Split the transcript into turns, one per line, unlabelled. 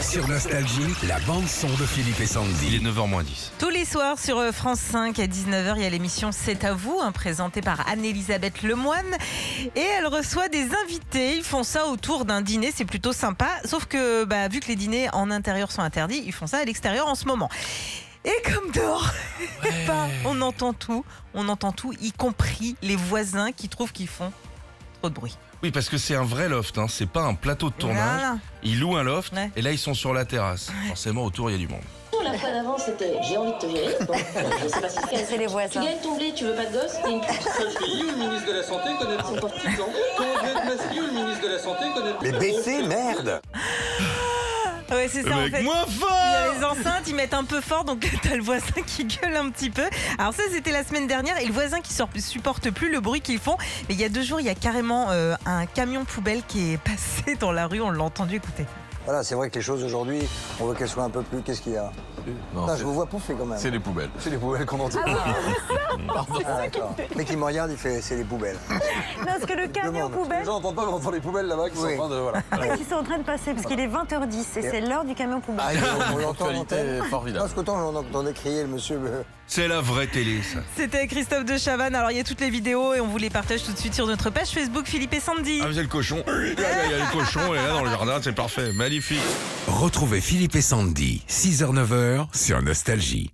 Sur Nostalgie, la bande-son de Philippe et
Il
Sandy.
est 9h moins 10.
Tous les soirs sur euh, France 5 à 19h, il y a l'émission C'est à vous, hein, présentée par Anne-Elisabeth Lemoine. Et elle reçoit des invités. Ils font ça autour d'un dîner, c'est plutôt sympa. Sauf que, bah, vu que les dîners en intérieur sont interdits, ils font ça à l'extérieur en ce moment. Et comme dehors, eh ben, on entend tout. On entend tout, y compris les voisins qui trouvent qu'ils font trop de bruit.
Oui, parce que c'est un vrai loft, hein. c'est pas un plateau de tournage.
Voilà.
Ils louent un loft
Ouais.
et là ils sont sur la terrasse. Forcément, autour il y a du monde.
Pour Oh, la fois d'avant, c'était j'ai envie de te virer. Bon, je sais pas si c'est
C'est les
Tu
voisins.
gagnes ton blé, tu veux pas de gosse, t'es une pute.
Sache pays où le ministre de la Santé connaît le
Son
plan.
portrait.
Quand vous êtes masqué où le ministre de la Santé connaît le
Mais baissez, merde
Ouais, c'est
Eh
ça en fait.
moins
Il y
fort
a les enceintes, ils mettent un peu fort, donc t'as le voisin qui gueule un petit peu. Alors ça, c'était la semaine dernière, et le voisin qui sort- supporte plus le bruit qu'ils font. Mais il y a deux jours, il y a carrément euh, un camion poubelle qui est passé dans la rue, on l'a entendu, écoutez.
Voilà, c'est vrai que les choses aujourd'hui, on veut qu'elles soient un peu plus. Qu'est-ce qu'il y a Putain, je vous vois pouffer quand même.
C'est les poubelles.
C'est les poubelles qu'on entend. Ah, d'accord. Mais qui me regarde, il fait c'est les poubelles.
Parce que le camion
Demande.
poubelle,
Les gens n'entendent pas qu'on entend les poubelles là-bas qui
Oui.
sont en train de. Voilà.
ils sont en train de passer parce qu'il est 20h10 et c'est l'heure du camion
Ah,
poubelle.
il- on l'entend à
Actualité
l'antenne.
formidable.
Parce qu'autant on entendait crier le monsieur. euh,
C'est la vraie télé, ça.
C'était Christophe de Chavannes, alors il y a toutes les vidéos et on vous les partage tout de suite sur notre page Facebook Philippe et Sandy.
Ah, mais c'est le cochon. Il y a il y a le cochon et là dans le jardin, c'est parfait, magnifique.
Retrouvez Philippe et Sandy, 6h-9h sur Nostalgie.